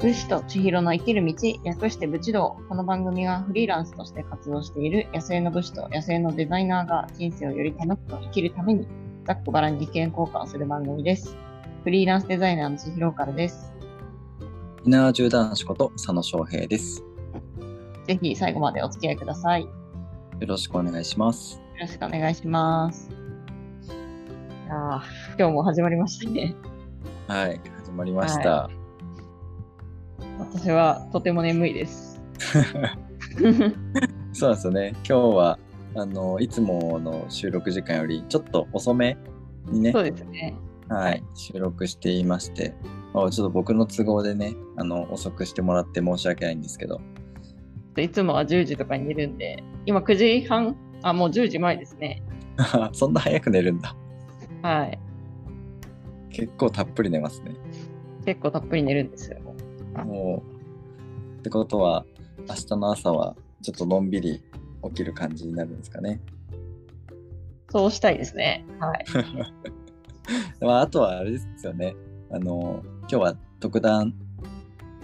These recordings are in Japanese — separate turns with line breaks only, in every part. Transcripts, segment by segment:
武士と千尋の生きる道、略して武士道。この番組はフリーランスとして活動している野生の武士と野生のデザイナーが人生をより楽しく生きるために、ざっくばらんに意見交換をする番組です。フリーランスデザイナーの千尋からです。
沖縄縦断士こと佐野翔平です。
ぜひ最後までお付き合いください。よ
よろしくお願いします。
ろしくお願いします。いやー今日も始まりましたね。
はい、始まりました。
私はとても眠いです。
そうですね。今日はあのいつもの収録時間よりちょっと遅めにね、
そうですね。
はい、収録していまして、まあちょっと僕の都合でね、あの遅くしてもらって申し訳ないんですけど、
いつもは10時とかに寝るんで、今9時半、あ、もう10時前ですね。
そんな早く寝るんだ。
はい。
結構たっぷり寝ますね。
結構たっぷり寝るんですよ。
もうってことは明日の朝はちょっとのんびり起きる感じになるんですかね。
そうしたいですね。はい。
まあ、あとはあれですよね。あの、今日は特段、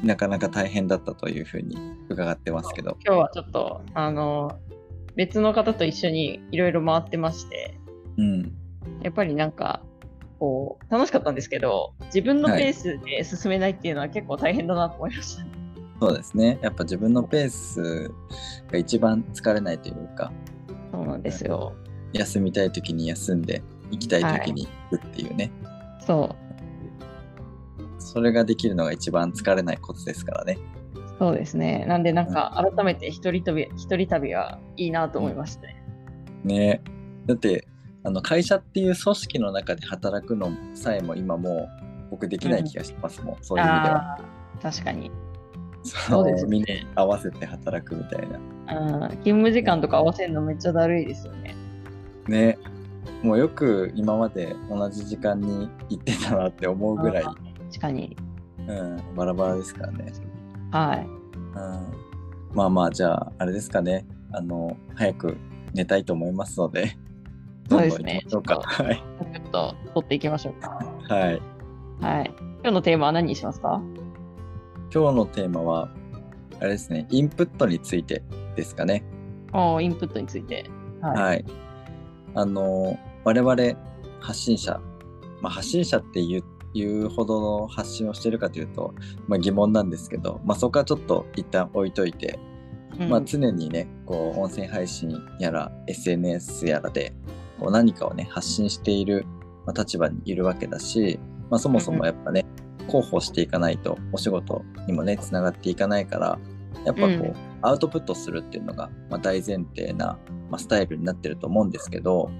なかなか大変だったというふうに伺ってますけど。
今日はちょっと、あの、別の方と一緒にいろいろ回ってまして、
うん。
やっぱりなんか、こう、楽しかったんですけど、自分のペースで進めないっていうのは結構大変だなと思いました。
そうですね。やっぱ自分のペースが一番疲れないというか、
そうなんですよ。
休みたい時に休んで、行きたい時に行くっていうね。
そ
それができるのが一番疲れないコツですからね。
う、そうですね。なんでなんか、改めて一人旅、一人旅はいいなと思いましたね。
ねだって、あの会社っていう組織の中で働くのさえも今もう僕できない気がしますもん、そういう意味では。
ああ、確かに。
そ
そう
う
で
ですす
ね
みんなに合わせて働くみたいな。
うん勤務時間とか合わせるのめっちゃだるいですよね。
ね。もうよく今まで同じ時間に行ってたなって思うぐらい
あ、確かに。
うん、バラバラですからね。
はい。
うん、まあまあ、じゃあ、あれですかね。あの、早く寝たいと思います ので、
そ
ど
うんで
ど
す
ん
ね
行きましょうか。はい。
ちょっと取っていきましょうか。
はい。
はい。今日のテーマは何にしますか
今日のテーマは、あれですね、インプットについてですかね。
おーインプットについて。はい。
はい。あの、我々発信者、まあ、発信者って言う言うほどの発信をしてるかというと、まあ、疑問なんですけど、まあ、そこはちょっと一旦置いといて、
うん
まあ、常にねこう音声配信やら SNS やらでこう何かをね発信している、まあ、立場にいるわけだし、まあ、そもそもやっぱね広報していかないとお仕事にもねつながっていかないからやっぱこう、
うん
アウトプットするっていうのが、まあ、大前提な、まあ、スタイルになってると思うんですけど、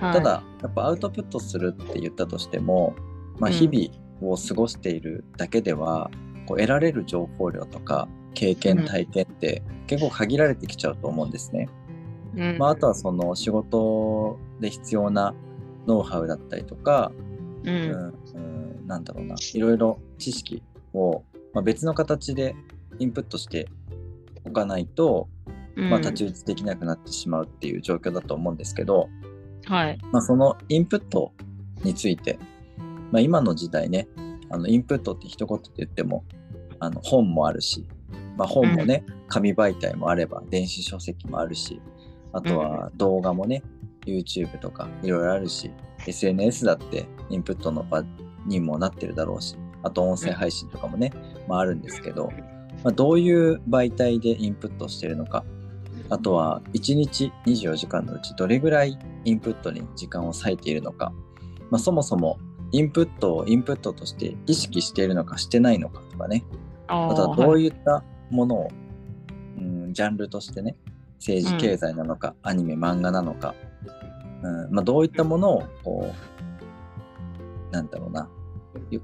はい
ただやっぱアウトプットするって言ったとしても、まあ、
うん
日々を過ごしているだけでは、こう得られる情報量とか経
うん
験体験って結構限られてきちゃうと思うんですね。
うん
まあ、あとはその仕事で必要なノウハウだったりとか、
う
うん
ん
うん、なんだろうないろいろ知識を、まあ、別の形でインプットしておかないと、
うん
まあ、太刀打ちできなくなってしまうっていう状況だと思うんですけど、
はい。
まあ、そのインプットについて、まあ、今の時代ねあのインプットって一言で言ってもあの本もあるし、まあ、本もね、紙媒体もあれば電子書籍もあるしあとは動画もね、YouTube とかいろいろあるし SNS だってインプットの場にもなってるだろうしあと音声配信とかもね、まあ、あるんですけど、まあ、どういう媒体でインプットしてるのかあとは1日24時間のうちどれぐらいインプットに時間を割いているのか、まあ、そもそもインプットをインプットとして意識しているのかしてないのかとかね
あ
あ
ー
とはど
は
う
い
いったものを、うん、ジャンルとしてね政治経済なのか、アニメ漫画なのか、うんまあ、どういったものをこうなんだろうな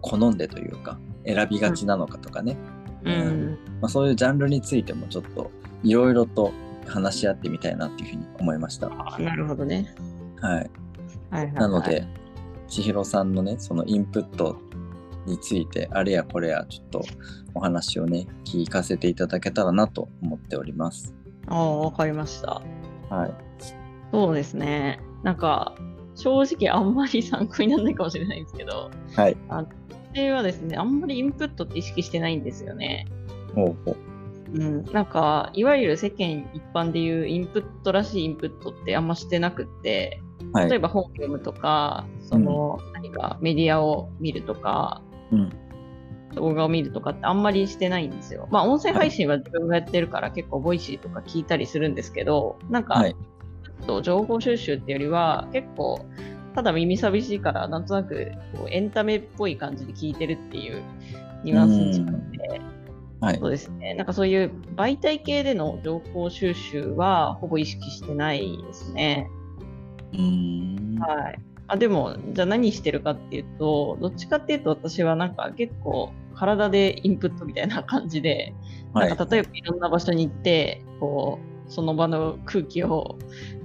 好んでというか選びがちなのかとかね、
うん
まあ、そういうジャンルについてもちょっといろいろと話し合ってみたいなっていうふうに思いました。は
あなるほどね。
い、
はいはいはい
なので、千尋さんのね、そのインプットについて、あれやこれや、ちょっとお話をね、聞かせていただけたらなと思っております。
ああ、わかりました。
はい。
そうですね。なんか、正直あんまり参考にならないかもしれないんですけど、
はい
あ私はですね、あんまりインプットって意識してないんですよね。
ほうほう
うん、なんか、いわゆる世間一般でいうインプットらしいインプットってあんましてなくって、
はい
例えば本を読むとか、その、何かメディアを見るとか、
うん
動画を見るとかってあんまりしてないんですよ。まあ、音声配信は自分がやってるから結構ボイシーとか聞いたりするんですけど、なんか、
はい
ちょっと情報収集ってよりは結構ただ耳寂しいからなんとなくこうエンタメっぽい感じで聞いてるっていうニュアンスに近くて、
はい
そうですねなんかそういう媒体系での情報収集はほぼ意識してないですね。
うーん
はい、あでもじゃあ何してるかっていうとどっちかっていうと私はなんか結構体でインプットみたいな感じで、
はい
なんか例えばいろんな場所に行ってこうその場の空気を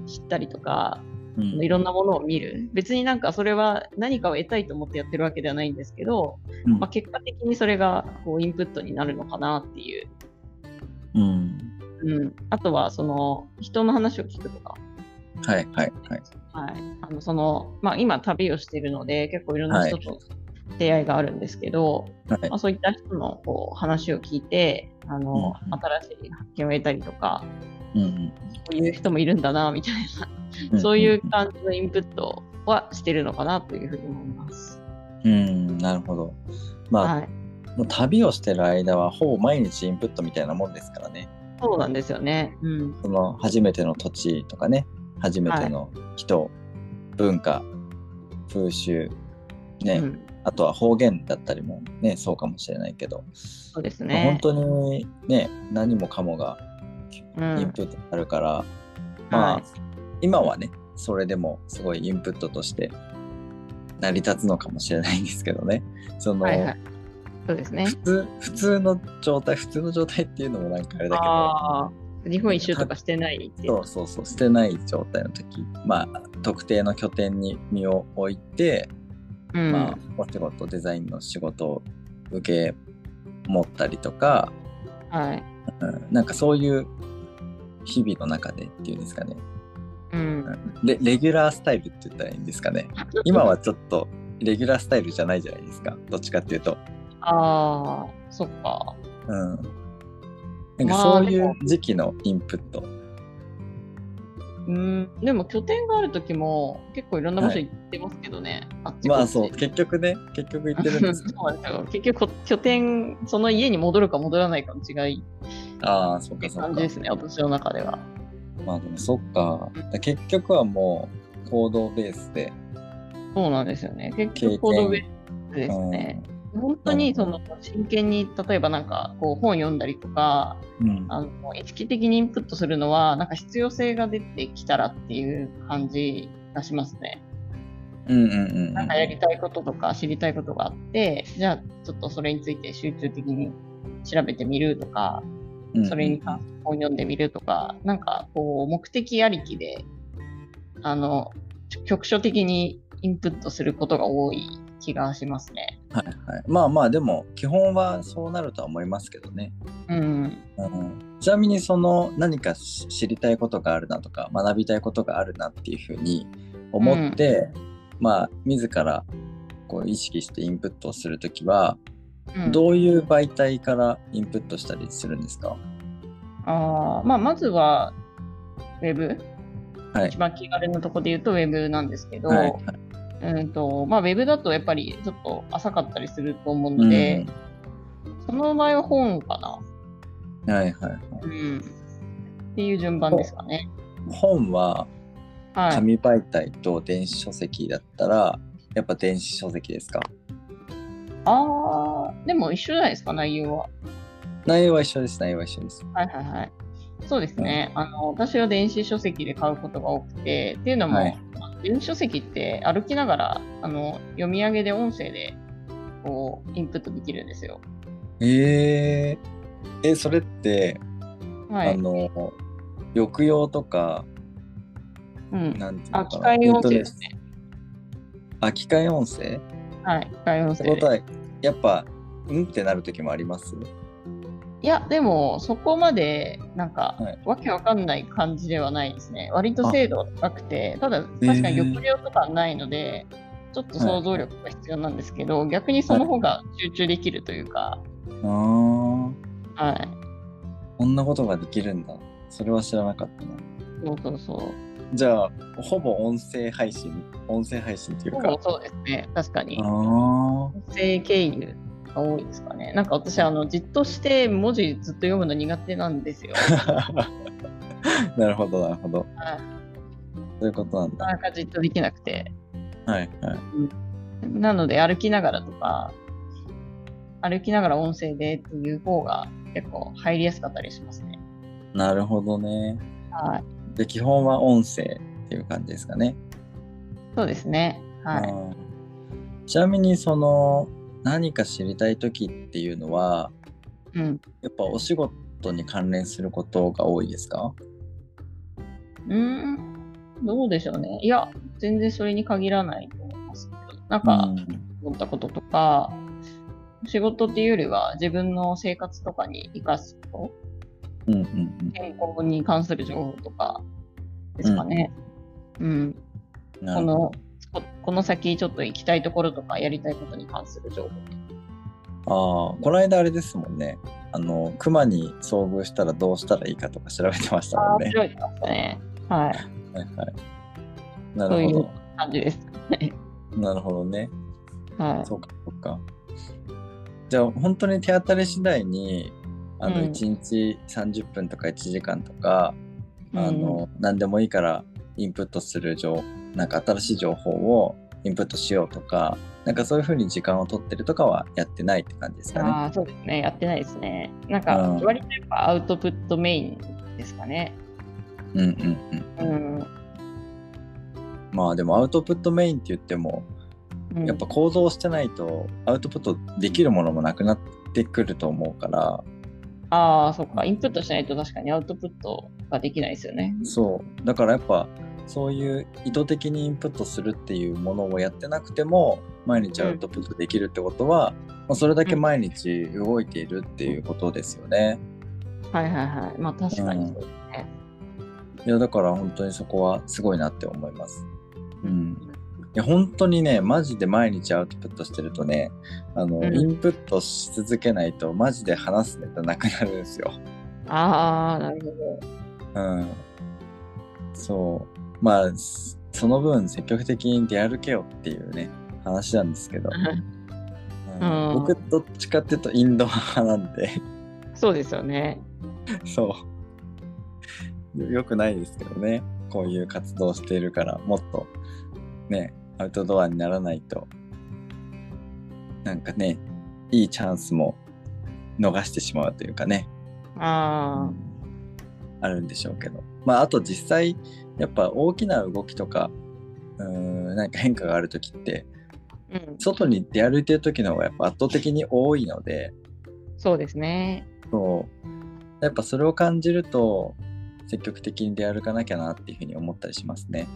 知ったりとか
うん
いろんなものを見る別になんかそれは何かを得たいと思ってやってるわけではないんですけど、
うん
まあ、結果的にそれがこうインプットになるのかなっていう、
うん
うん、あとはその人の話を聞くとか、
はいはいはい
はいあのそのまあ、今旅をしているので結構いろんな人と出会いがあるんですけど、
はい
まあ、そういった人のこう話を聞いてあの、
うん
新しい発見を得たりとか
うん
こういう人もいるんだなみたい
うん
なそういう感じのインプットはしてるのかなというふうに思います。
うんなるほどまあ、
はい
もう旅をしてる間はほぼ毎日インプットみたいなもんですからね
そうなんですよね。うん。
その初めての土地とかね初めての人、文化風習ね、
うん、
あとは方言だったりもねそうかもしれないけど、
そうです
まあ本
ね。
当にね何もかもが
うん
インプットあるから、まあ、
はい
今はねそれでもすごいインプットとして成り立つのかもしれないんですけどねその、
はいはい。そうですね
普。通普通の状態普通の状態っていうのもなんかあれだけど
ああー、日本一周とかしてないって。
そうそうそう捨てない状態の時まあ特定の拠点に身を置いて、
うん。
まあお仕事デザインの仕事を受け持ったりとか、
はい。
うん、なんかそういう日々の中でっていうんですかね
うん。
レレギュラースタイルって言ったらいいんですかね今はちょっとレギュラースタイルじゃないじゃないですかどっちかっていうと、
ああ、そっか。
うん、なんか
まあ
そうい
で
う
も
時期のインプット、
うん。でも拠点がある時も結構いろんな場所行ってますけどね。あっちこっち
まあそう結局ね結局言ってるんですけ ど
そうなんですよ結局こ拠点その家に戻るか戻らないかの違い
ああそっ
って
かそっ
感
か
じですね私の中では
まあでもそっかだから結局はもう行動ベースで
そうなんですよね結
経
局行動ベース
験
ですね、本当
な
に
る
そ
ほ
の真剣に例えばなんかこう本読んだりとか
うん
あの意識的にインプットするのはなんか必要性が出てきたらっていう感じがしますね。
うんうんうんうん
なんかやりたいこととか知りたいことがあってじゃあちょっとそれについて集中的に調べてみるとか
うんうん
それに関して本読んでみるとかなんかこう目的ありきであのちょ局所的にインプットすることが多い気がしますね。
はいはいまあまあでも基本はそうなるとは思いますけどね
うん、
うんちなみにその何かし知りたいことがあるなとか学びたいことがあるなっていうふうに思って、まあ自らこう意識してインプットをするときは、
うん
どういう媒体からインプットしたりするんですか
あーまあ、まずはウェブ、
はい
一番気軽なとこで言うとウェブなんですけど、
はいは
うんとまあ、ウェブだとやっぱりちょっと浅かったりすると思う
う
の
ん
で、その場合は本かな、
はいはいはい
うん、っていう順番ですかね。
本は
はい、
紙媒体と電子書籍だったら、やっぱ電子書籍ですか
あーでも一緒じゃないですか内容は。
内容は一緒です内容は一緒です
はいはいはい。そうですね、あの私は電子書籍で買うことが多くてっていうのも、
はい
電子書籍って歩きながらあの読み上げで音声でこうインプットできるんですよ。
えー、えそれって、
は
あ
い。
の抑揚とか
うん。
なんていう
あ、
の
機
かな。
械音声
えっと
ですね。
あ、機械音声って
はい、機械音声
こ
で
とは、やっぱ、うんってなる時もあります。
いや、でも、そこまで、なんか、
はい
わけわかんない感じではないですね。割と精度は高くて、ただ、確かに
へー
抑揚とかはないので、ちょっと想像力が必要なんですけど、逆にその方が集中できるというか、
あー
はい、
こんなことができるんだそれは知らなかったな
そうそうそう。
じゃあほぼ音声配信音声配信っていう
ほ
か
ぼそうですね、確かに
あ。ー
音声経由が多いですかね。なんか私、あのじっとして文字ずっと読むの苦手なんですよ。
なるほどなるほど
はい
そういうことなんだ
なかなかじっとできなくて。
はいはい
なので、歩きながらとか、歩きながら音声でっていう方が結構入りやすかったりしますね。
なるほどね
はい、
で基本は音声っていう感じですかね
そうですね。はい。
うんちなみにその何か知りたい時っていうのは
うん。
やっぱお仕事に関連することが多いですか
うーん。どうでしょうね。いや、全然それに限らないと思いますけど。なんか、思ったこととか、仕事っていうよりは自分の生活とかに生かすこと、
うんうんうん
健康に関する情報とかですかね。うん。
うん
こ
なるほ
の、ここの先ちょっと行きたいところとかやりたいことに関する情報。
どあーこの間あれですもんねあの熊に遭遇したらどうしたらいいかとか調べてましたも
面
んね
白いですね。はい。
はいはいなる
そ
ほ
う
ど
い感じです。
なるほどね
はい。
そうか、そうか。じゃあ、本当に手当たり次第に、あの、
うん
1日30分とか1時間とか、
うん
あの、何でもいいからインプットする情なんか新しい情報をインプットしようとか、なんかそういうふうに時間を取ってるとかはやってないって感じですかね。
ああ、そうですね。やってないですね。なん
う
か
ん、
割とやっぱアウトプットメインですかね。
うんうん
う
うん。
ん。
まあでもアウトプットメインって言っても、
うん
やっぱ行動してないとアウトプットできるものもなくなってくると思うから、
ああ、そっか。インプットしないと確かにアウトプットができないですよね。
そうだからやっぱそういう意図的にインプットするっていうものをやってなくても毎日アウトプットできるってことは、まあそれだけ毎日動いているっていうことですよね。
はいはいはい。まあ確かにそうですね。
いやだから本当にそこはすごいなって思います。うん、いや本当にねマジで毎日アウトプットしてるとねあの、
うん
インプットし続けないとマジで話すネタなくなるんですよ。
ああ、なるほど。
うん、そうまあそその分積極的に出歩けよっていうね話なんですけど、うん
うん
僕どっちかっていうとインドア派なんで
そうですよね。
そうよよくないですけどねこういう活動をしているからもっとねアウトドアにならないとなんかねいいチャンスも逃してしまうというかね
あ
あるんでしょうけど、まあ、あと実際やっぱ大きな動きとかうーんなんか変化がある時って
あ、うん。
外に出歩いてる時の方がやっぱ圧倒的に多いので
そうですね。
そうやっぱそれを感じると積極的に出歩かなきゃなっていうふうに思ったりしますね。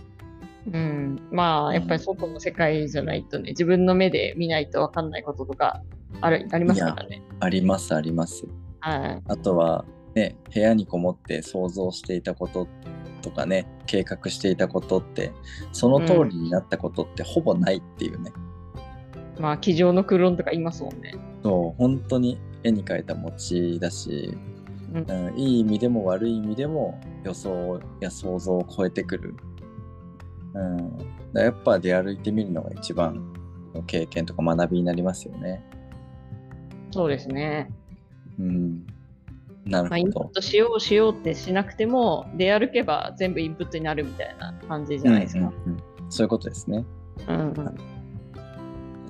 うん。まあ、やっぱり外の世界じゃないとね、自分の目で見ないと分かんないこととかあるありますからね。
ありますあります。
はい。
あとはね部屋にこもって想像していたこととかね計画していたことってその通りになったことってほぼないっていうね。
まあ、机上の空論とか言いますもんね。
そう本当に絵に描いた餅だし、
うん
うんいい意味でも悪い意味でも予想や想像を超えてくる、うん、だからやっぱ出歩いてみるのが一番の経験とか学びになりますよね。
そうですね。
うん、な
まあ、イ
る
ン
ほ
プッ
ど。
トしようしようってしなくても、出歩けば全部インプットになるみたいな感じじゃないですか。
うんうんうんそういうことですね。
うん、うん。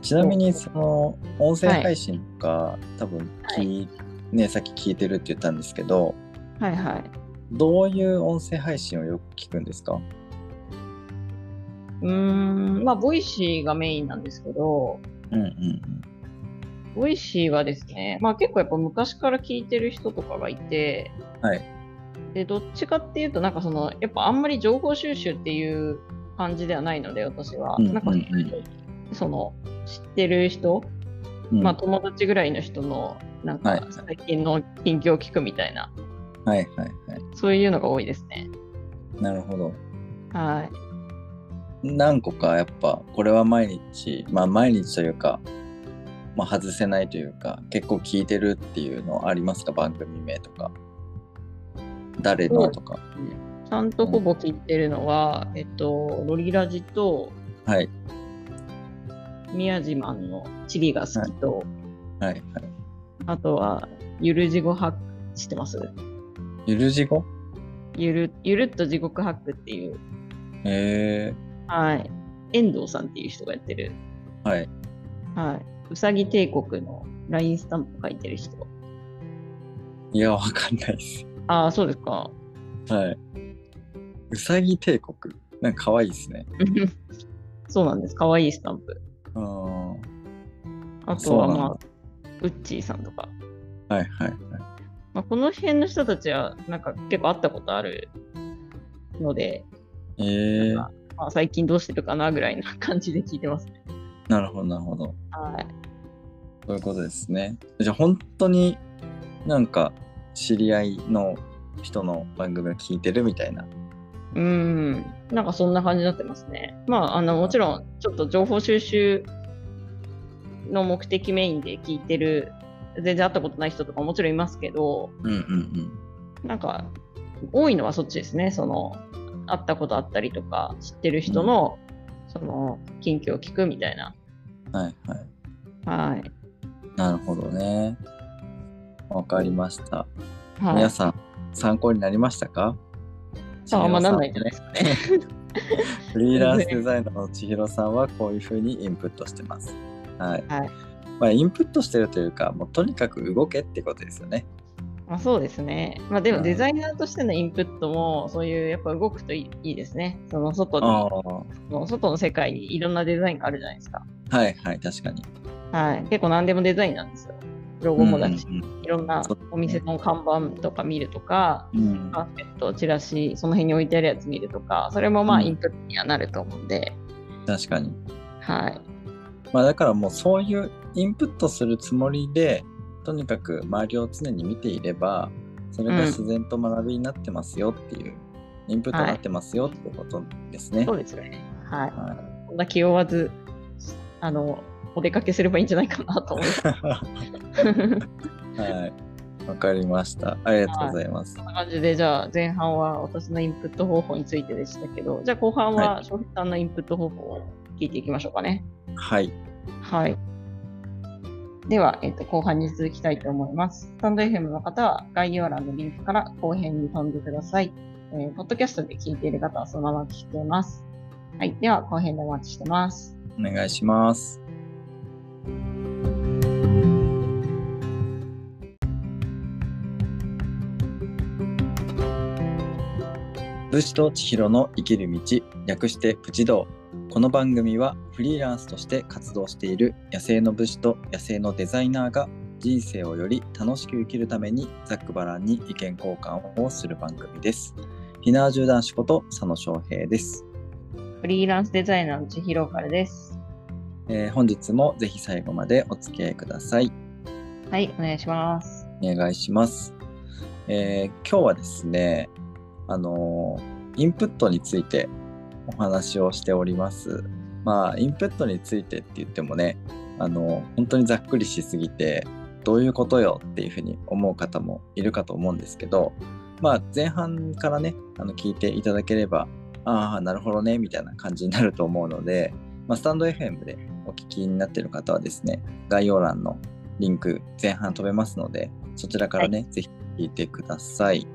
ちなみにその音声配信とか、多分聞い、ね、さっき聞いてるって言ったんですけど
はいはい。
どういう音声配信をよく聞くんですか
うーん、まあ、ボイシーがメインなんですけど、
うんうんうん
ボイシーはですね、まあ結構やっぱ昔から聞いてる人とかがいて、
はい
で、どっちかっていうと、なんかその、やっぱあんまり情報収集っていう感じではないので、私は。
うんうんうん
なんか、その、知ってる人、
うん。
まあ友達ぐらいの人の、なん
はい
か最近の近況を聞くみたいな、
はいはいはい。
そういうのが多いですね。
なるほど。
はい。
何個かやっぱこれは毎日まあ毎日というか、まあ、外せないというか結構聞いてるっていうのありますか番組名とか誰のとか、
ちゃんとほぼ聞いてるのは、えっと、ロリラジと
はい
宮島のチリが好きと、
はいはい
あとはゆる地獄ハック知ってます
ゆるじご
ゆるゆるっと地獄ハックっていう、
へえ
はい、遠藤さんっていう人がやってる、
はい
はい、うさぎ帝国の LINE スタンプ書いてる人。
いやわかんないです
ああ、そうですか。
はいうさぎ帝国なんか可愛いですね
そうなんです。かわいいスタンプ。
うんは
あとは、
そうなんだ
まあ、ウッチーさんとか。
いはいはい
まあ、この辺の人たちは、なんか結構会ったことあるので、
えー、
まあ、最近どうしてるかなぐらいな感じで聞いてますね。
なるほどなるほど
はい。
そういうことですね。じゃあ本当になんか知り合いの人の番組を聞いてるみたいな。
うーん。なんかそんな感じになってますね。まあ、あの、もちろん、ちょっと情報収集の目的メインで聞いてる、全然会ったことない人とかもちろんいますけど、
うんうん
なんか、多いのはそっちですね。その、会ったことあったりとか、知ってる人の、その、近況を聞くみたいな。
うん。はいはい。
はい。
なるほどね。わかりました。
は
皆
い。
さん参考になりましたか
ああんまなんないん
い。
じゃないですかね。
フリーランスデザイナーの千尋さんはこういうふうにインプットしてます。はい。
はい
まあインプットしてるというか、もうとにかく動けってことですよね。
まあ、そうですね。まあ、で
う
も
ん
デザイナーとしてのインプットも、そういう、やっぱ動くといいいいですね。その外
ああ
に、。もう外の世界にいろんなデザインがあるじゃないですか。
はいはい、確かに。
はい。結構何でもデザインなんですよ。ロゴもだし、
うん
いろんな
そうですね
お店の看板とか見るとか、
うんうん。
パーフェクト、チラシ、その辺に置いてあるやつ見るとか、それもま
う
あ
ん
インプットにはなると思うんで、
確かに。
はい。
まあ、だからもうそういうインプットするつもりでとにかく周りを常に見ていればそれが自然と学びになってますよっていう、インプットになってますよっていうことですね。
そ
は
うですよね。はい。
い
こんな気負わず、あの、お出かけすればいいんじゃないかなと思います。
はい、 わかりました。ありがとうございます。
こんな感じで、じゃあ前半は私のインプット方法についてでしたけど、じゃあ後半は翔平さんのインプット方法を聞いていきましょうかね。
はい、
はい。では、えっと、後半に続きたいと思います。スタンド FM の方は概要欄のリンクから後編に飛んでください。えーポッドキャストで聞いている方はそのまま聞けます。はい。では、後編でお待ちしてます。
お願いします。武士と千尋の生きる道略してプチ道この番組はフリーランスとして活動している野生の武士と野生のデザイナーが人生をより楽しく生きるためにざっくばらんに意見交換をする番組です。ひなわじゅう男子こと佐野翔平です。
フリーランスデザイナーの千尋からです。
えー本日もぜひ最後までお付き合いください。
はい。お願いします。
お願いします。えー今日はですね、あのーインプットについてお話をしております。まあ、インプットについてって言ってもね、あのー本当にざっくりしすぎて、どういうことよっていうふうに思う方もいるかと思うんですけど、まあ、前半からね、あの聞いていただければ、ああ、なるほどね、みたいな感じになると思うので、まあ、スタンド FM でお聞きになっている方はですね、概要欄のリンク前半飛べますのでそちらからね、ぜひ聞いてください。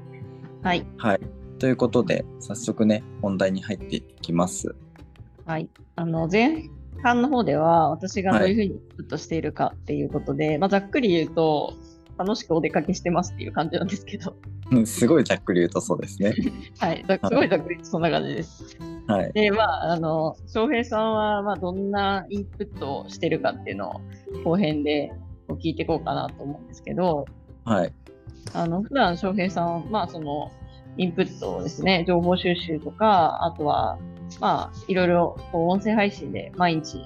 はい。
はい、ということで早速ね本題に入っていきます。
はい、あの前半の方では私がどういうふうにインプットしているかっていうことで、まあ、ざっくり言うと楽しくお出かけしてますっていう感じなんですけど、
うんすごいざっくり言うとそうですね。
はい、ざすごいざっくりそんな感じです。
はい、
でまああの翔平さんはまあどんなインプットをしてるかっていうのを後編で聞いていこうかなと思うんですけど
はい、
あの普段翔平さんはまあそのインプットをですね情報収集とかあとはまあいろいろこう音声配信で毎日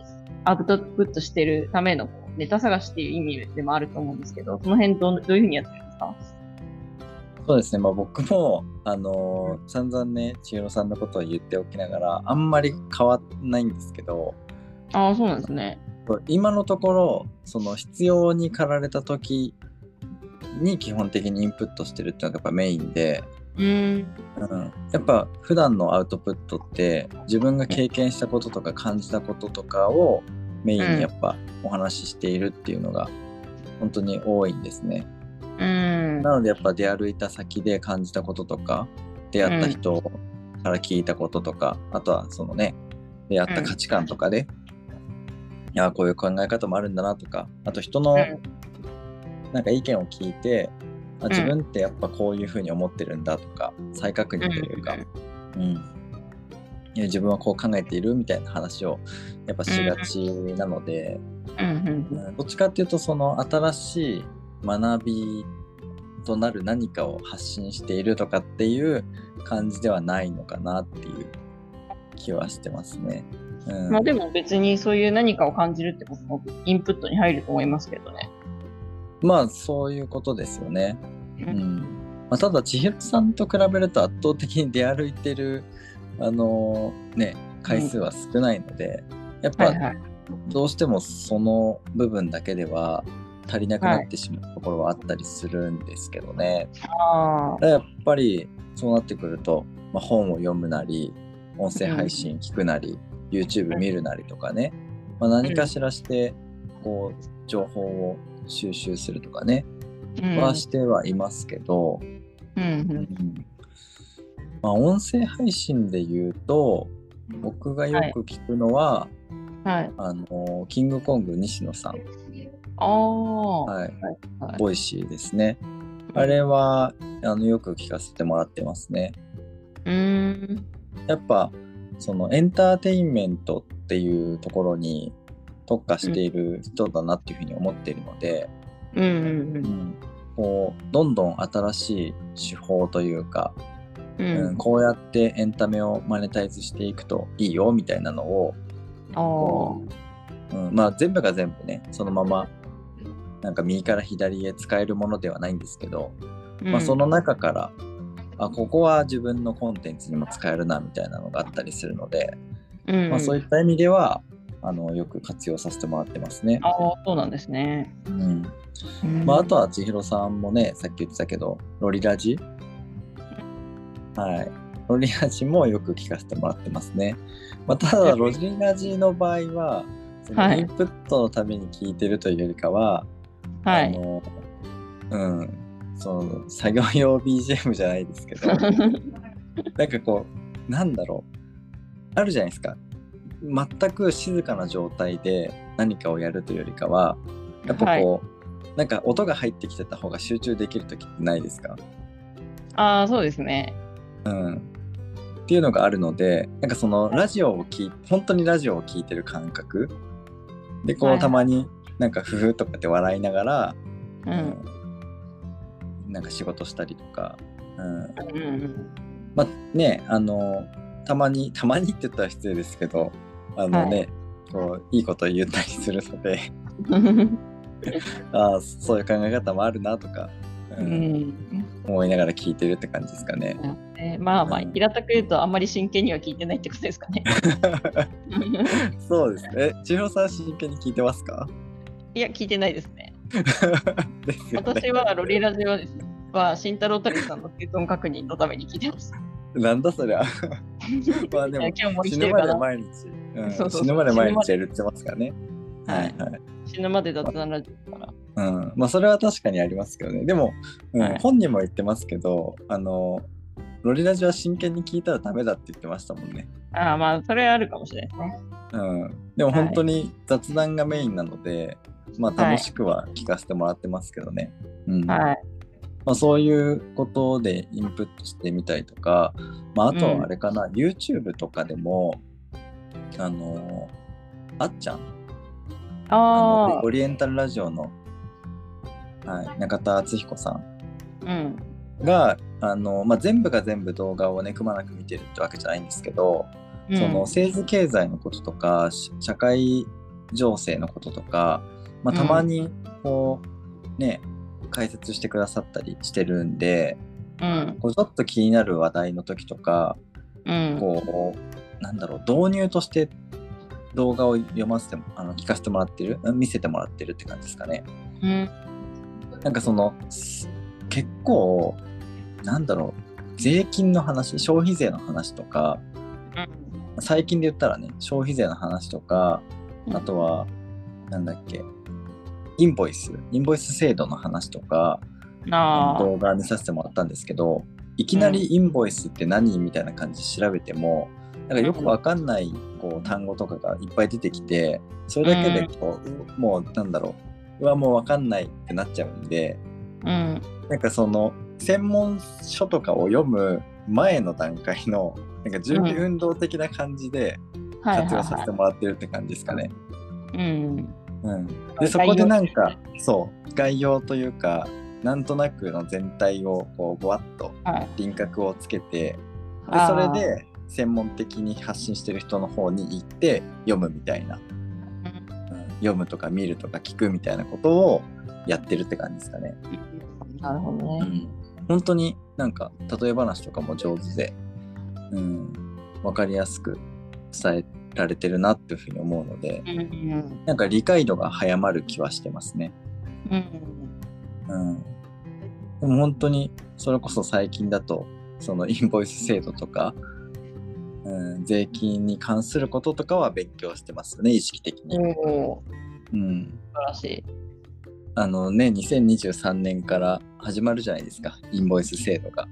アウトプットしてるためのこうネタ探しっていう意味でもあると思うんですけどその辺どうどういうふうにやってるんですか
そうですね、まあ、僕も、あのー散々ね千尋さんのことを言っておきながらあんまり変わんないんですけど
ああ、そうなんですね。
今のところその必要に駆られた時に基本的にインプットしてるっていうのがやっぱメインで、
うーん。
うん、やっぱ普段のアウトプットって自分が経験したこととか感じたこととかをメインにやっぱお話ししているっていうのが本当に多いんですね。
うーん。
なのでやっぱ出歩いた先で感じたこととか出会った人から聞いたこととか、あとはそのね出会った価値観とかで、いやこういう考え方もあるんだなとかあと人の
うん
なんか意見を聞いて、あ
ん
自分ってやっぱこういうふうに思ってるんだとか再確認というか、うんいや自分はこう考えているみたいな話をやっぱしがちなので。
うんうん
うんどっちかっていうとその新しい学びとなる何かを発信しているとかっていう感じではないのかなっていう気はしてますね。うん
まあでも別にそういう何かを感じるってこともインプットに入ると思いますけどね。
まあそういうことですよね。
う
う。んまあ、ただ千尋さんと比べると圧倒的に出歩いてるあのね回数は少ないので、やっ
はい
ぱ
はい。
どうしてもその部分だけでは足りなくなってしまうところはあったりするんですけどね。
ああ。
やっぱりそうなってくると、まあ、本を読むなり音声配信聞くなり、YouTube 見るなりとかね、まあ、何かしらしてこう情報を収集するとかね、
うん
はしてはいますけど、
うん
う
うん
まあ、音声配信で言うと僕がよく聞くのは、
ん。はい。
あのキングコング西野さん、
ああ。
はい
はい
ボイシーですね。あれはあのよく聞かせてもらってますね。
うーん。
やっぱそのエンターテインメントっていうところに特化している人だなっていうふうに思っているので、
うんうん
うんこうどんどん新しい手法というか、
うん。
うん
うん。
こうやってエンタメをマネタイズしていくといいよみたいなのを、
ああ。
うんまあ、全部が全部ねそのままなんか右から左へ使えるものではないんですけど、まあ、その中からあここは自分のコンテンツにも使えるなみたいなのがあったりするので。
うん、うん
まあ、そういった意味ではあのよく活用させてもらってますね。
ああ、そうなんですね。
うん
うん
まあ、あとは千尋さんもねさっき言ってたけどロリラジはいロリラジもよく聞かせてもらってますね。まあ、ただロリラジの場合はその
はい
インプットのために聞いてるというよりかは、
は
あ
い。
のうんその作業用 BGM じゃないですけ どなんかこうなんだろうあるじゃないですか全く静かな状態で何かをやるというよりかはやっぱこう、なんか音が入ってきてた方が集中できる時ってないですか、
ああ、そうですね。
うん、っていうのがあるのでなんかそのラジオを聞い本当にラジオを聞いてる感覚でこ
は
う
い
たまになんか「ふふ」とかって笑いながら、
うん。
うんなんか仕事したりとか、うん、
うんうん。
まあねあのたまにたまにって言ったら失礼ですけどあのね、こういいこと言ったりするので
うん
ああそういう考え方もあるなとか、う
うんん
思いながら聞いてるって感じです かね。
えーまあまあ、
うん
平たく言うと、あんまり真剣には聞いてないってことですかね。
そうですね。え千尋さん真剣に聞いてますか
いや、聞いてないですね。
ですよね。
私はロリラジはですね、は慎太郎たけしさんの生存確認のために聞いてます。
なんだそ りゃ。まあで
いや
も
今日も生
死
きて
ぬ
る
ま
か
で
ら
毎日、うん
そうそう
死ぬまで毎日やるってますからね。はいはい。
死ぬまで雑談ラジオだから。
うん、まあそれは確かにありますけどねでも、うん
はい
本人も言ってますけどあのロリラジは真剣に聞いたらダメだって言ってましたもんね、
ああまあ、それはあるかもしれないですね。
うん、でも本当に雑談がメインなので、まあ
はい
楽しくは聞かせてもらってますけどね、うん
はい。
まあ、そういうことでインプットしてみたりとか、まあ、あとはあれかな、YouTube とかでもあのあっちゃん
あ
あのオリエンタルラジオの、はい、中田敦彦さん
あ、うん。
があの、まあ、全部が全部動画をねくまなく見てるってわけじゃないんですけど、その政治経済のこととかし社会情勢のこととか、まあ、たまにこう、ね解説してくださったりしてるんで、
うん。
こうちょっと気になる話題の時とか
うん。
こうなんだろう導入として動画を読ませてもあの聞かせてもらってるうん見せてもらってるって感じですかね。
うん。
なんかそのす結構なんだろう税金の話消費税の話とか最近で言ったらね消費税の話とか
うん
あとはなんだっけインボイスインボイス制度の話とか
ああ。
動画見させてもらったんですけどいきなりインボイスって何みたいな感じで調べてもなんかよくわかんないこう単語とかがいっぱい出てきてそれだけでこう、もうなんだろううわもうわかんないってなっちゃうんで
うん。
なんかその専門書とかを読む前の段階のなんか準備
う
運動的な感じで
はいはい
活用させ
は
てもらってるって感じですかね。
い。うん。
うん、でそこでなんかそう概要というかなんとなくの全体をこうぼわっと
はい。
輪郭をつけてで
あ
それ
ー
で専門的に発信してる人の方に行って読むみたいな、うん、読むとか見るとか聞くみたいなことをやってるって感じですかね。
なるほど
う
ね。
ん、本当になんか例え話とかも上手で、うん、分かりやすく伝えられてるなっていうふうに思うので
うん。うん
なんか理解度が早まる気はしてますね。
うん。
うん、でも本当にそれこそ最近だとその インボイス制度とか、うん、税金に関することとかは勉強してますね意識的に。
おお。素
うん、
晴らしい。
あのね2023年から始まるじゃないですかインボイス制度が。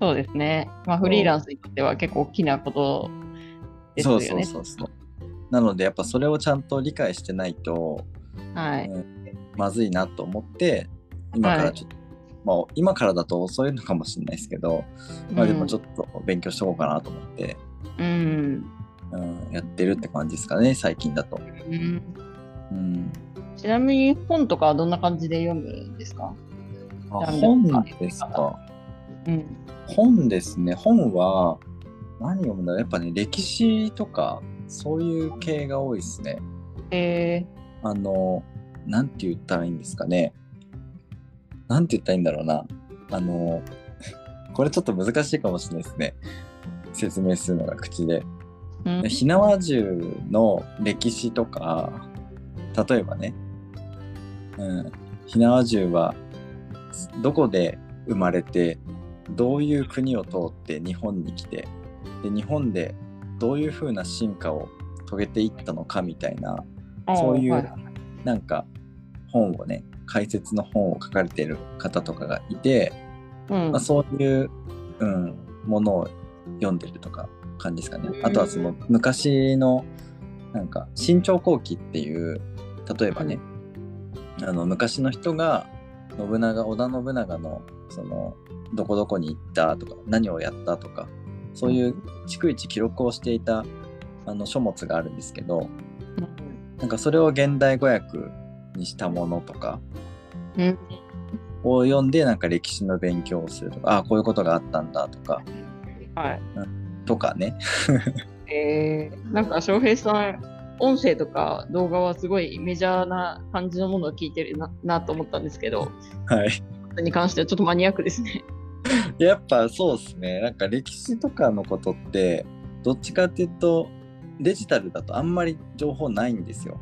そうですね。まあ、フリーランスにとっては結構大きなことですよね。
そうそうそうそうなのでやっぱそれをちゃんと理解してないと
はい。
まずいなと思って今からちょっと、まあ今からだと遅いのかもしれないですけど、まあでもちょっと勉強しておこうかなと思って、
うん。
うん、やってるって感じですかね最近だと、
うん
うん、
ちなみに本とかはどんな感じで読むんですか
あ
なんだ
本ですか
うん。
本ですね本は何読むんだろうやっぱね歴史とかそういう系が多いですね
え
あの、なんて言ったらいいんですかね。なんて言ったらいいんだろうな。あの、 これちょっと難しいかもしれないですね。説明するのが口で。
ーうん
火縄銃の歴史とか、例えばね、うん、火縄銃はどこで生まれて、どういう国を通って日本に来て、で日本でどういう風な進化を遂げていったのかみたいな、そういう
あーはい
なんか本をね解説の本を書かれている方とかがいて、
うん
まあ、そういう、うん、ものを読んでるとか感じですかね
う。ん
あとはその昔のなんか清朝後期っていう例えばね、あの昔の人が信長織田信長のそのどこどこに行ったとか何をやったとかそういう逐一記録をしていたあの書物があるんですけど、なんかそれを現代語訳にしたものとか
うん
を読んでなんか歴史の勉強をするとかあこういうことがあったんだとか
は
とかね
い。えー、なんか翔平さん、音声とか動画はすごいメジャーな感じのものを聞いてるななと思ったんですけど、
はい
それに関してはちょっとマニアックですね。
やっぱそうですねなんか歴史とかのことってどっちかっていうとデジタルだとあんまり情報ないんですよ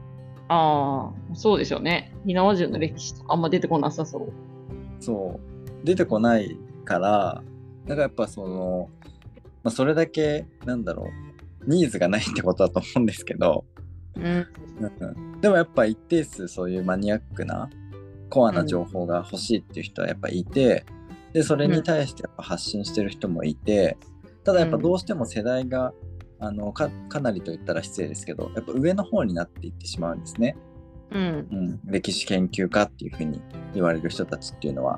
ああ、そうでしょうね。火縄銃の歴史とかあんま出てこなさそう。
そう出てこないからだからやっぱその、まあ、それだけなんだろうニーズがないってことだと思うんですけど
うん。
うんでもやっぱ一定数そういうマニアックなコアな情報が欲しいっていう人はやっぱいて、でそれに対してやっぱ発信してる人もいて、ただやっぱどうしても世代があのかかなりと言ったら失礼ですけどやっぱ上の方になっていってしまうんですね、
うん。
うん、歴史研究家っていうふうに言われる人たちっていうのは、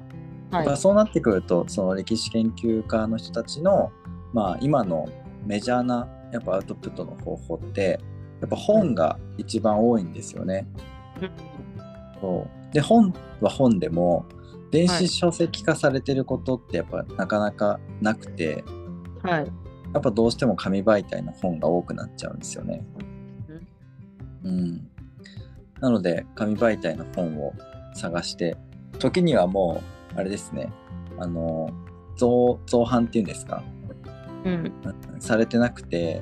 は
まあ、そうなってくるとその歴史研究家の人たちの、まあ、今のメジャーなやっぱアウトプットの方法ってやっぱ本が一番多いんですよね。そうで本は本でも電子書籍化されてることってやっぱなかなかなくて、
はい。
やっぱどうしても紙媒体の本が多くなっちゃうんですよね。うん、なので紙媒体の本を探して時にはもうあれですねあの造造反っていうんですか
うん。
されてなくて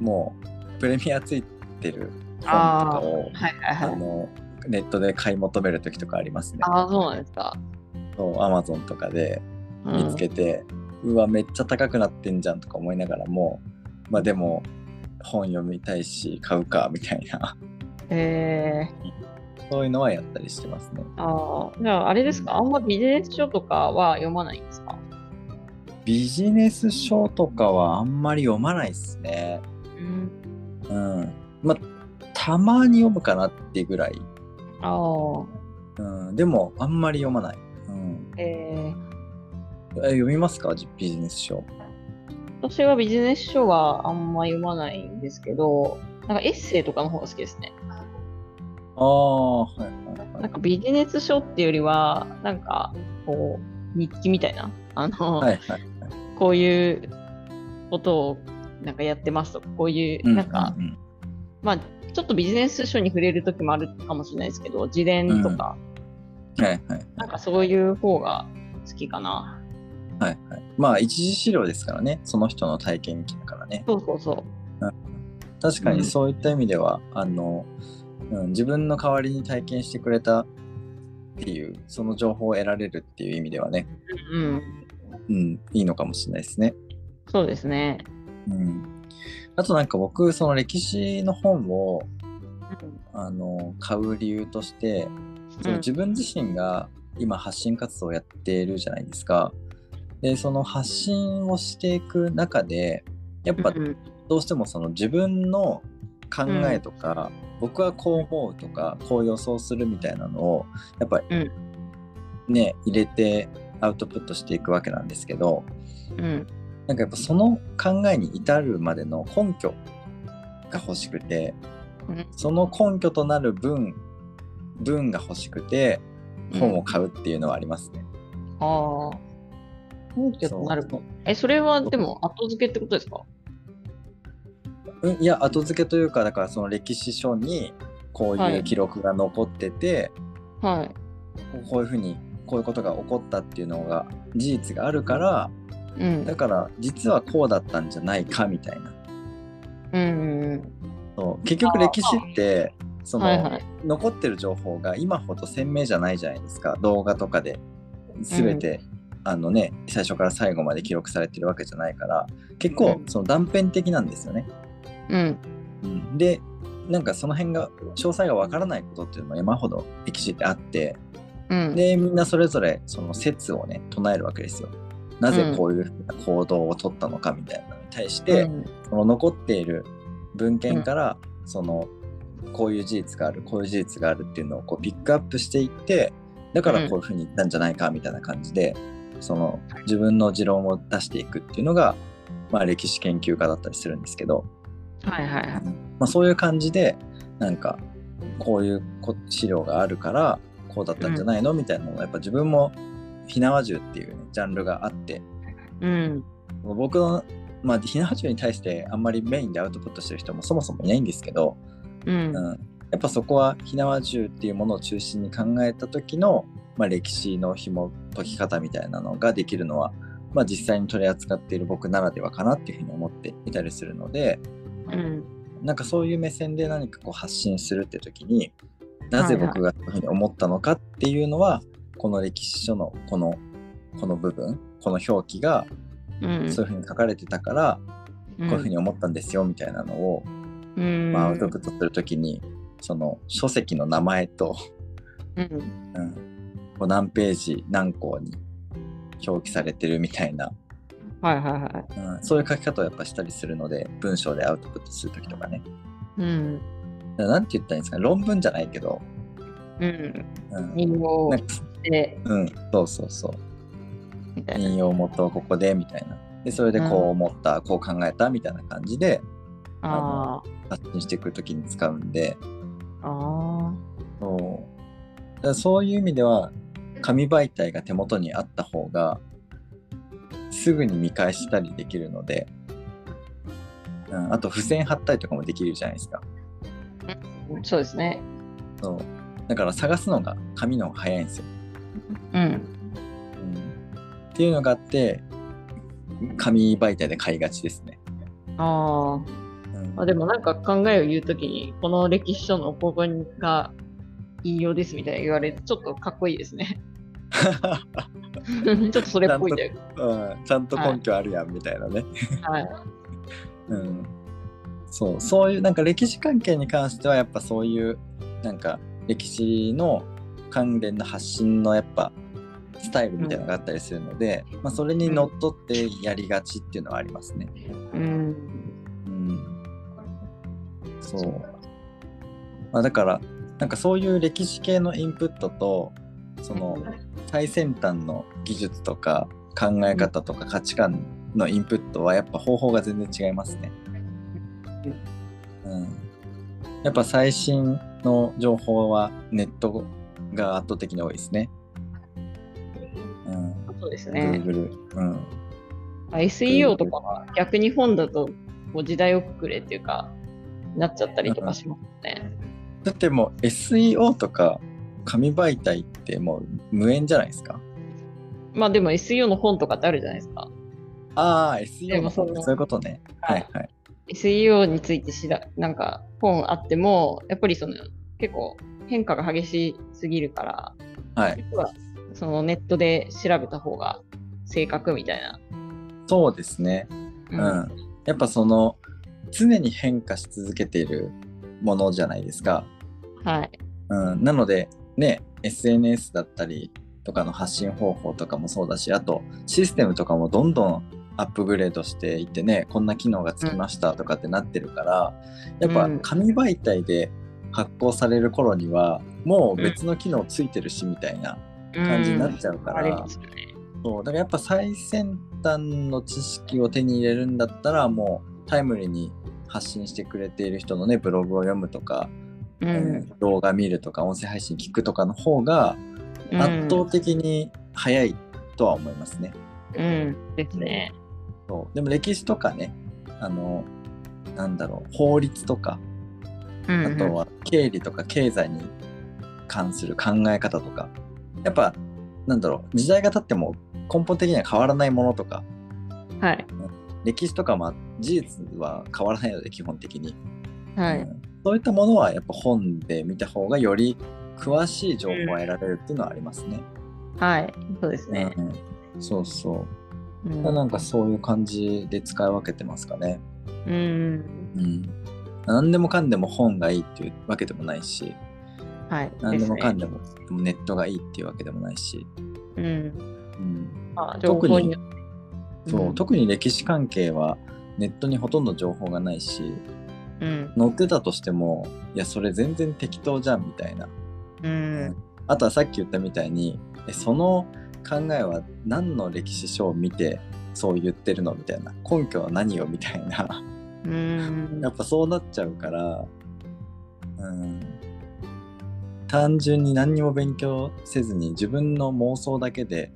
もうプレミアついてる本とかを
はいはい
あ
はい。
のネットで買い求める時とかありますね。
ああ、そうなんですか。
そうアマゾンとかで
うん
見つけて、うわめっちゃ高くなってんじゃんとか思いながらもまあでも本読みたいし買うかみたいな
え
そういうのはやったりしてますね。
ー、ああ、じゃああれですか、あんまビジネス書とかは読まないんですか
ビジネス書とかはあんまり読まないっすね。
うん。
うん。まあたまに読むかなっていうぐらい。
ああ、
うん。でもあんまり読まない。うん。
えー、
え読みますかじビジネス書。
私はビジネス書はあんま読まないんですけど、なんかエッセイとかの方が好きですね。
ああ、はいはいは
ないん。かビジネス書っていうよりは、なんかこう、日記みたいな、あの、
はいはい。
こういうことをなんかやってますとか、こういう、
う
なんか、
う
まあ、ちょっとビジネス書に触れる時もあるかもしれないですけど、自伝とか、
はいはい。
なんかそういう方が好きかな。
はいはい。まあ、一次資料ですからね。その人の体験記だからね。
そうそうそう。
確かにそういった意味では、あの、うん、自分の代わりに体験してくれたっていう、その情報を得られるっていう意味ではね、
うん。
うん、いいのかもしれないですね。
そうですね。
うん。あとなんか僕、その歴史の本を、あの、買う理由として、その自分自身が今発信活動をやっているじゃないですか。で、その発信をしていく中で、やっぱ
うん
どうしてもその自分の考えとか、僕はこう思うとかこう予想するみたいなのをやっぱり、
うん
ね入れてアウトプットしていくわけなんですけど
うん。
なんかやっぱその考えに至るまでの根拠が欲しくて
うん
その根拠となる文文が欲しくて本を買うっていうのはありますね。
ああ。根拠となる
そう
え、それはでも後付けってことですか
うん、いや後付けというかだからその歴史書にこう
は
いう
い
記録が残ってて、
はい。
こういうふうにこういうことが起こったっていうのが事実があるから
うん。
だから実はこうだったんじゃないかみたいな
うん。
そう結局歴史ってその、
はいはい。
残ってる情報が今ほど鮮明じゃないじゃないですか動画とかで全て、あのね最初から最後まで記録されてるわけじゃないから結構
うん
その断片的なんですよね。
うん。
うん、でなんかその辺が詳細がわからないことっていうのも山ほど歴史ってあって
うん。
でみんなそれぞれその説をね唱えるわけですよ。なぜこういうふうな行動を取ったのかみたいなのに対して、
うん、
その残っている文献から、そのこういう事実があるこういう事実があるっていうのをこうピックアップしていってだからこういうふうに言ったんじゃないかみたいな感じで、その自分の持論を出していくっていうのが、まあ、歴史研究家だったりするんですけど、
はいはいはい。
まあ、そういう感じでなんかこういうこ資料があるからこうだったんじゃないの、みたいなのをやっぱ自分も火縄銃っていうね、ジャンルがあって
うん。
僕の、まあ、火縄銃に対してあんまりメインでアウトプットしてる人もそもそもいないんですけど、
う。
うんん、やっぱそこは火縄銃っていうものを中心に考えた時の、まあ、歴史の紐解き方みたいなのができるのは、まあ、実際に取り扱っている僕ならではかなっていうふうに思っていたりするので、
うん。
なんかそういう目線で何かこう発信するって時になぜ僕がそういうふうに思ったのかっていうのは、この歴史書のこのこの部分この表記が
うん。
そういうふうに書かれてたから、こういうふうに思ったんですよみたいなのを、
うん。
まあ、アウトプットする時にその書籍の名前と、
うん。
うん、こう何ページ何項に表記されてるみたいな、
はいはいは
うん、そういう書き方をやっぱしたりするので文章でアウトプットする時とかね
い。うん。
だからなんて言ったらいいんですかね論文じゃないけど、
うん。
うん、
人
な
形
んか
で、
うん、そうそうそう。
みたいな。
引用元をここでみたいな。で、それでこう思った、こう考えたみたいな感じで
あ
発信していくときに使うんで、
あ。ああ。
そうだからそういう意味では、紙媒体が手元にあった方が、すぐに見返したりできるので、うん、あと付箋貼ったりとかもできるじゃないですか。
そうですね。
そうだから探すのが紙の方が早いんですよ。
うん。
うんっていうのがあって紙媒体で買いがちですね。
あー
うん
あでもなんか考えを言うときにこの歴史書のここが引用ですみたいな言われてちょっとかっこいいですね ちょっとそれっぽいというか
うんちゃんと根拠あるやんみたいなね。
はい
うん、そうそういうなんか歴史関係に関してはやっぱそういうなんか歴史の関連の発信のやっぱスタイルみたいなのがあったりするので、まあ、それにのっとってやりがちっていうのはありますね。
うん
うん、そう、まあ、だからなんかそういう歴史系のインプットとその最先端の技術とか考え方とか価値観のインプットはやっぱ方法が全然違いますね。うん、やっぱ最新の情報はネットが圧倒的に多いですね。うん、
そうですね
Google、うん、
SEO とかは逆に本だとこう時代遅れっていうかなっちゃったりとかしますね。
だってもう SEO とか紙媒体ってもう無縁じゃないですか。
まあでも SEO の本とかってあるじゃないですか。
ああ、
で
SEO
も
の
そ
そう
の
そういうことね。はいはい。
SEO について知らなんか本あってもやっぱりその結構変化が激しすぎるから、
はい、
実はそのネットで調べた方が正確みたいな。
そうですね。うん。やっぱその常に変化し続けているものじゃないですか。
はい。
うん、なのでね SNS だったりとかの発信方法とかもそうだしあとシステムとかもどんどんアップグレードしていってねこんな機能がつきましたとかってなってるから、やっぱ
うん
紙媒体で発行される頃にはもう別の機能ついてるしみたいな感じになっちゃうか
あれ
ら、
ですよね。
そうだからやっぱ最先端の知識を手に入れるんだったらもうタイムリーに発信してくれている人のねブログを読むとか
う
うん
ん。
動画見るとか音声配信聞くとかの方が
うん
圧倒的に早いとは思いますね。
うん。ですね。
そうでも歴史とかねあのなんだろう法律とか
うん
あとは経理とか経済に関する考え方とかやっぱなんだろう時代が経っても根本的には変わらないものとか
はい。
歴史とかまあ事実は変わらないので基本的に、
は
う
い。
んそういったものはやっぱ本で見た方がより詳しい情報を得られるっていうのはありますね。
はい。そうですね。
うん、そうそう、
うん
なんかそういう感じで使い分けてますかね、
うん。
うん、何でもかんでも本がいいっていうわけでもないし
はい。
何でもかん
で
でもネットがいいっていうわけでもないし、
すね。うん。
うん
まあ、情
特
報
に
によって
そう、特に歴史関係はネットにほとんど情報がないし
うん。
載ってたとしてもいやそれ全然適当じゃんみたいな
うん。
あとはさっき言ったみたいにえその考えは何の歴史書を見てそう言ってるのみたいな根拠は何よみたいな
うん
やっぱそうなっちゃうから、うん、単純に何にも勉強せずに自分の妄想だけで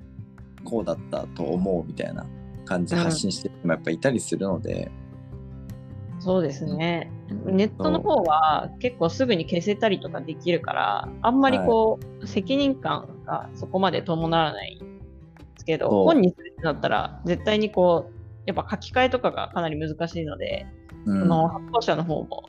こうだったと思うみたいな感じで
うん
発信してる人もやっぱいたりするので、
そうですね。ネットの方は結構すぐに消せたりとかできるから、あんまりこう、責任感がそこまで伴わないですけど、
そう
本にするってなったら、絶対にこう、やっぱ書き換えとかがかなり難しいので、
うん
その発行者の方も、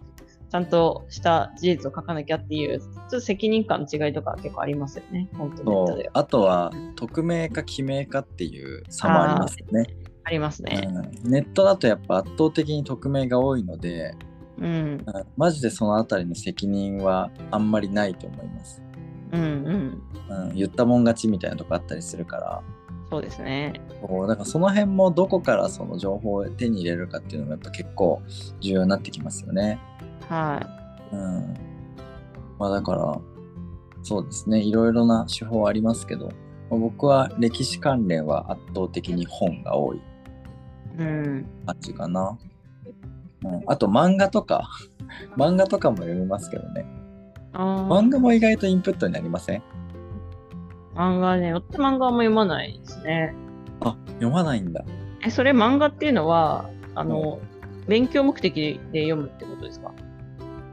ちゃんとした事実を書かなきゃっていう、ちょっと責任感の違いとか結構ありますよね、本当ネッ
そ
ト
う
では。
あとは匿名か記名かっていう差もありますよね、
ありますね。
うんネットだとやっぱ圧倒的に匿名が多いので、
うん。
うんマジでそのあたりの責任はあんまりないと思います、
うんうん。
うん、言ったもん勝ちみたいなとこあったりするから、
そうですね。
そうだからその辺もどこからその情報を手に入れるかっていうのもやっぱ結構重要になってきますよね。
は
うん。まあだからそうですねいろいろな手法ありますけど、まあ僕は歴史関連は圧倒的に本が多い
い。うん。
感じかな。うん、あと漫画とか 漫画とかも読みますけどね
あー
漫画も意外とインプットになりません
漫画ね、私漫画あんま読まないですね。
あ読まないんだ
え、それ漫画っていうのは、あの、勉強目的で読むってことですか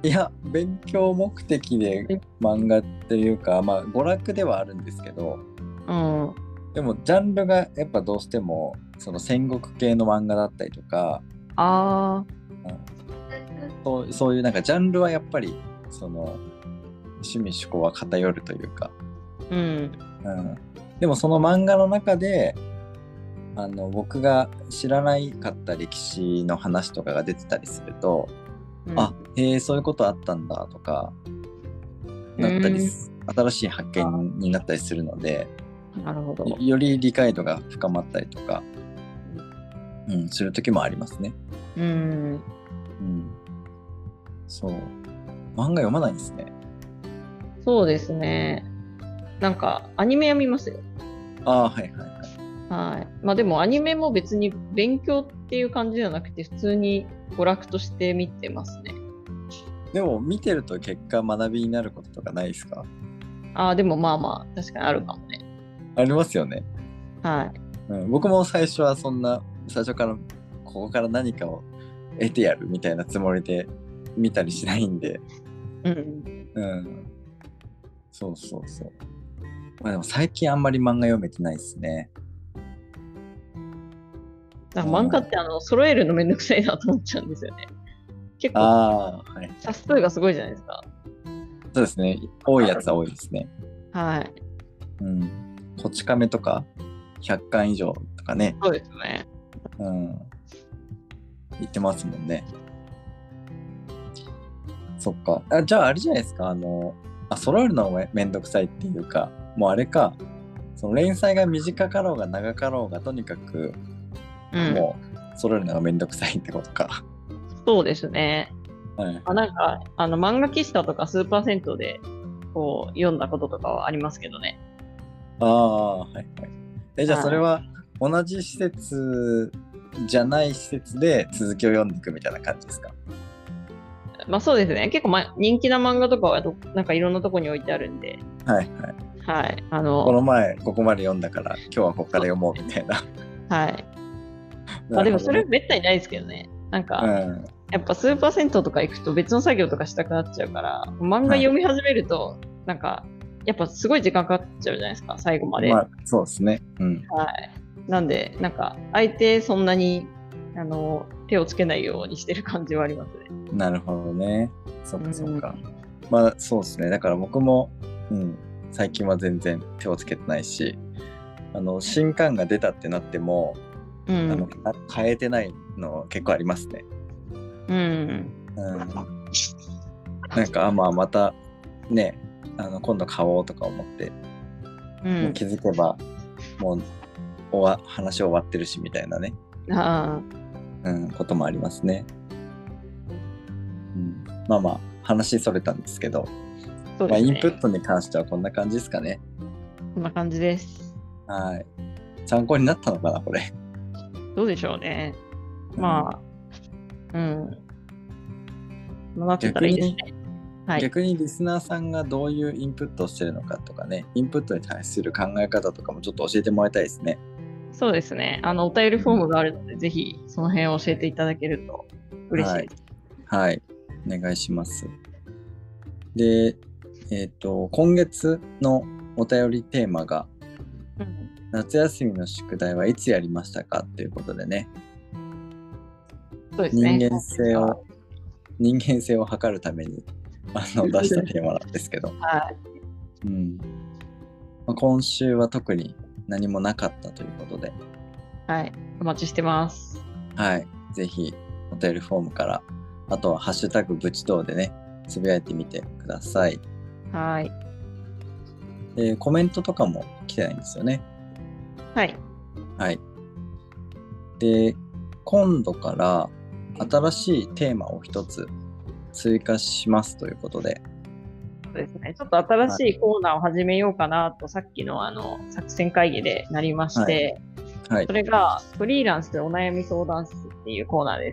いや勉強目的で漫画っていうかまあ娯楽ではあるんですけど
うん。
でもジャンルがやっぱどうしてもその戦国系の漫画だったりとか
あ
そうそういうなんかジャンルはやっぱりその趣味趣向は偏るというか、
あ、うん。
うん、でもその漫画の中であの僕が知らないかった歴史の話とかが出てたりすると、あへえそういうことあったんだとかなったりす、新しい発見になったりするので
うん、なるほど。
よより理解度が深まったりとか、うん、する時もありますね。
うん。
うん、そう漫画読まないんですね。
そうですね。なんか、アニメは見ますよ。
ああはいはいはい。
はい。まあでも、アニメも別に勉強っていう感じじゃなくて、普通に娯楽として見てますね。
でも見てると結果学びになることとかないですか
ああ、でもまあまあ、確かにあるかもね。
ありますよね、
はい。
うん。僕も最初はそんな最初からここから何かを得てやるみたいなつもりで見たりしないんで、
うん。
うん、そうそうそう。まあでも最近あんまり漫画読めてないですね。
なんか漫画ってあの揃えるのめんどくさいなと思っちゃうんです よね。結構、
ああはい。
冊数がすごいじゃないですか。
そうですね。多いやつは多いですね。
はい。
うん。こち亀とか100巻以上とかね、
そうですね。
うん。言ってますもんね。そっか。あじゃああれじゃないですか。あの、あ、揃えるのがめんどくさいっていうか、もうあれか。その連載が短かろうが長かろうが、とにかく
うん。
もう揃えるのがめんどくさいってことか。
そうですね。
はい。
あなんか、あの、漫画喫茶とかスーパー銭湯で、こう、読んだこととかはありますけどね。
ああ、はいはい。え、じゃあ
はい
それは同じ施設じゃない施設で続きを読んでいくみたいな感じですか
まあそうですね。結構、ま、人気な漫画とかはど、なんかいろんなとこに置いてあるんで、
はいはい。
はい。あ
この
の、
前ここまで読んだから、今日はここから読もうみたいな。
はい。まあでもそれ
なる
めったにないですけどね。なんか、
ほどね、うん。
やっぱスーパー銭湯とか行くと別の作業とかしたくなっちゃうから、漫画読み始めると、なんか、やっぱすごい時間かかっちゃうじゃないですか、最後まで。
まあ、そうですね。うん。
はい。なんで、なんか、相手そんなに、あの、手をつけないようにしてる感じはありますね。
なるほどね。そっかそっか。まあ、そうですね。だから僕も、うん、最近は全然手をつけてないし、あの、新刊が出たってなっても、
う
あの
ん。
あ変えてないの結構ありますね。
うん。
うん。なんか、あまあ、また、ね、あの今度買おうとか思って、
う。
もうん気づけば、もう、おわ話終わってるしみたいなね。
あ
うん、こともありますね。うん、まあまあ話それたんですけ
あ、
ど、
そう
まあ、
です
イ
ね。
ンプットに関してはこんな感じですかね。
こんな感じです。
はい。参考になったのかなこれ。
どうでしょうね。まあ、うん。まあなってたらいいですね。
あ
はい。
逆にリスナーさんがどういうインプットをしてるのかとかね、インプットに対する考え方とかもちょっと教えてもらいたいですね。
そうですね。あの、お便りフォームがあるので、ぜひその辺を教えていただけると嬉しいです。
はい。お願いします。で、えっ、と、今月のお便りテーマが、
うん
夏休みの宿題はいつやりましたかということでね、
そうですね。
人間性を人間性を測るためにあの出したテーマなんですけど、
は
うんまあ、今週は特に何もなかったということで、
はい。お待ちしてます。
はい、ぜひお便りフォームからあとは「ハッシュタグブチ道」でねつぶやいてみてください、
はい。
えーコメントとかも来てないんですよね
はい。
はいで今度から新しいテーマを一つ追加しますということで
そうですね。ちょっと新しいコーナーを始めようかなと、さっきのあの、作戦会議でなりまして、
はい
それが、フリーランスでお悩み相談室っていうコーナーで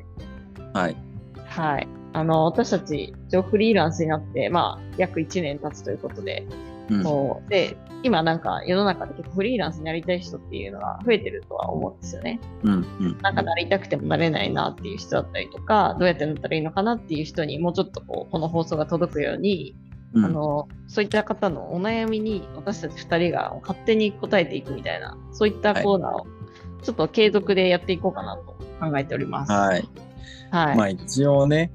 す。
はい
はい。あの、私たち、一応フリーランスになって、まあ、約1年経つということで、
うん
こうで、今なんか世の中で結構フリーランスになりたい人っていうのが増えてるとは思うんですよね。
うんうん
なんかなりたくてもなれないなっていう人だったりとか、どうやってなったらいいのかなっていう人にもうちょっとこう、この放送が届くように、
うん
あの、そういった方のお悩みに私たち2人が勝手に答えていくみたいな、そういったコーナーをちょっと継続でやっていこうかなと考えております。
はい。
はい。
まあ一応ね、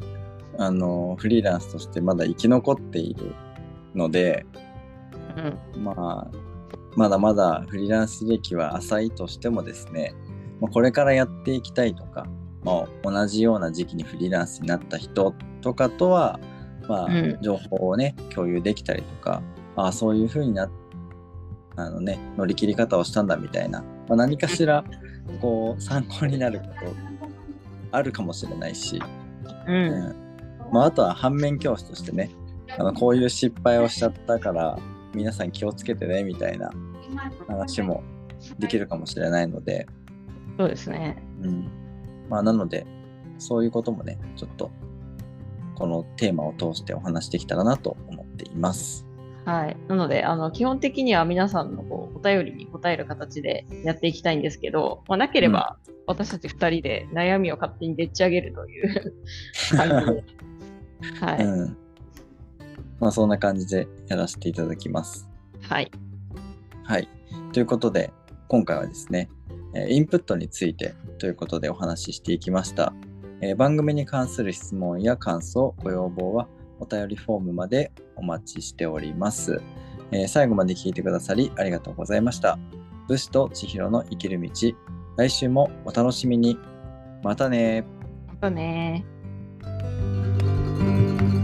あの、フリーランスとしてまだ生き残っているので、
うん
まあ、まだまだフリーランス歴は浅いとしてもですね、まあ、これからやっていきたいとか、まあ、同じような時期にフリーランスになった人とかとは、まあ
うん、
情報をね、共有できたりとか、ああ、そういう風になあのね、乗り切り方をしたんだみたいな、まあ、何かしらこう参考になることあるかもしれないし、
うん。
まあ、あとは反面教師としてねあのこういう失敗をしちゃったから皆さん気をつけてねみたいな話もできるかもしれないので、
そうですね。
うんまあ、なのでそういうこともねちょっとこのテーマを通してお話しできたらなと思っています。
はい。なので、あの、基本的には皆さんのこうお便りに答える形でやっていきたいんですけど、まあ、なければ、私たち2人で悩みを勝手にでっち上げるという 感じで。はい。
うんまあ、そんな感じでやらせていただきます。
はい。
はい。ということで、今回はですね、えーインプットについてということでお話ししていきました。えー番組に関する質問や感想、ご要望はお便りフォームまでお待ちしております。えー最後まで聞いてくださりありがとうございました。武士と千尋の生きる道、来週もお楽しみに。またね
またねー。
ー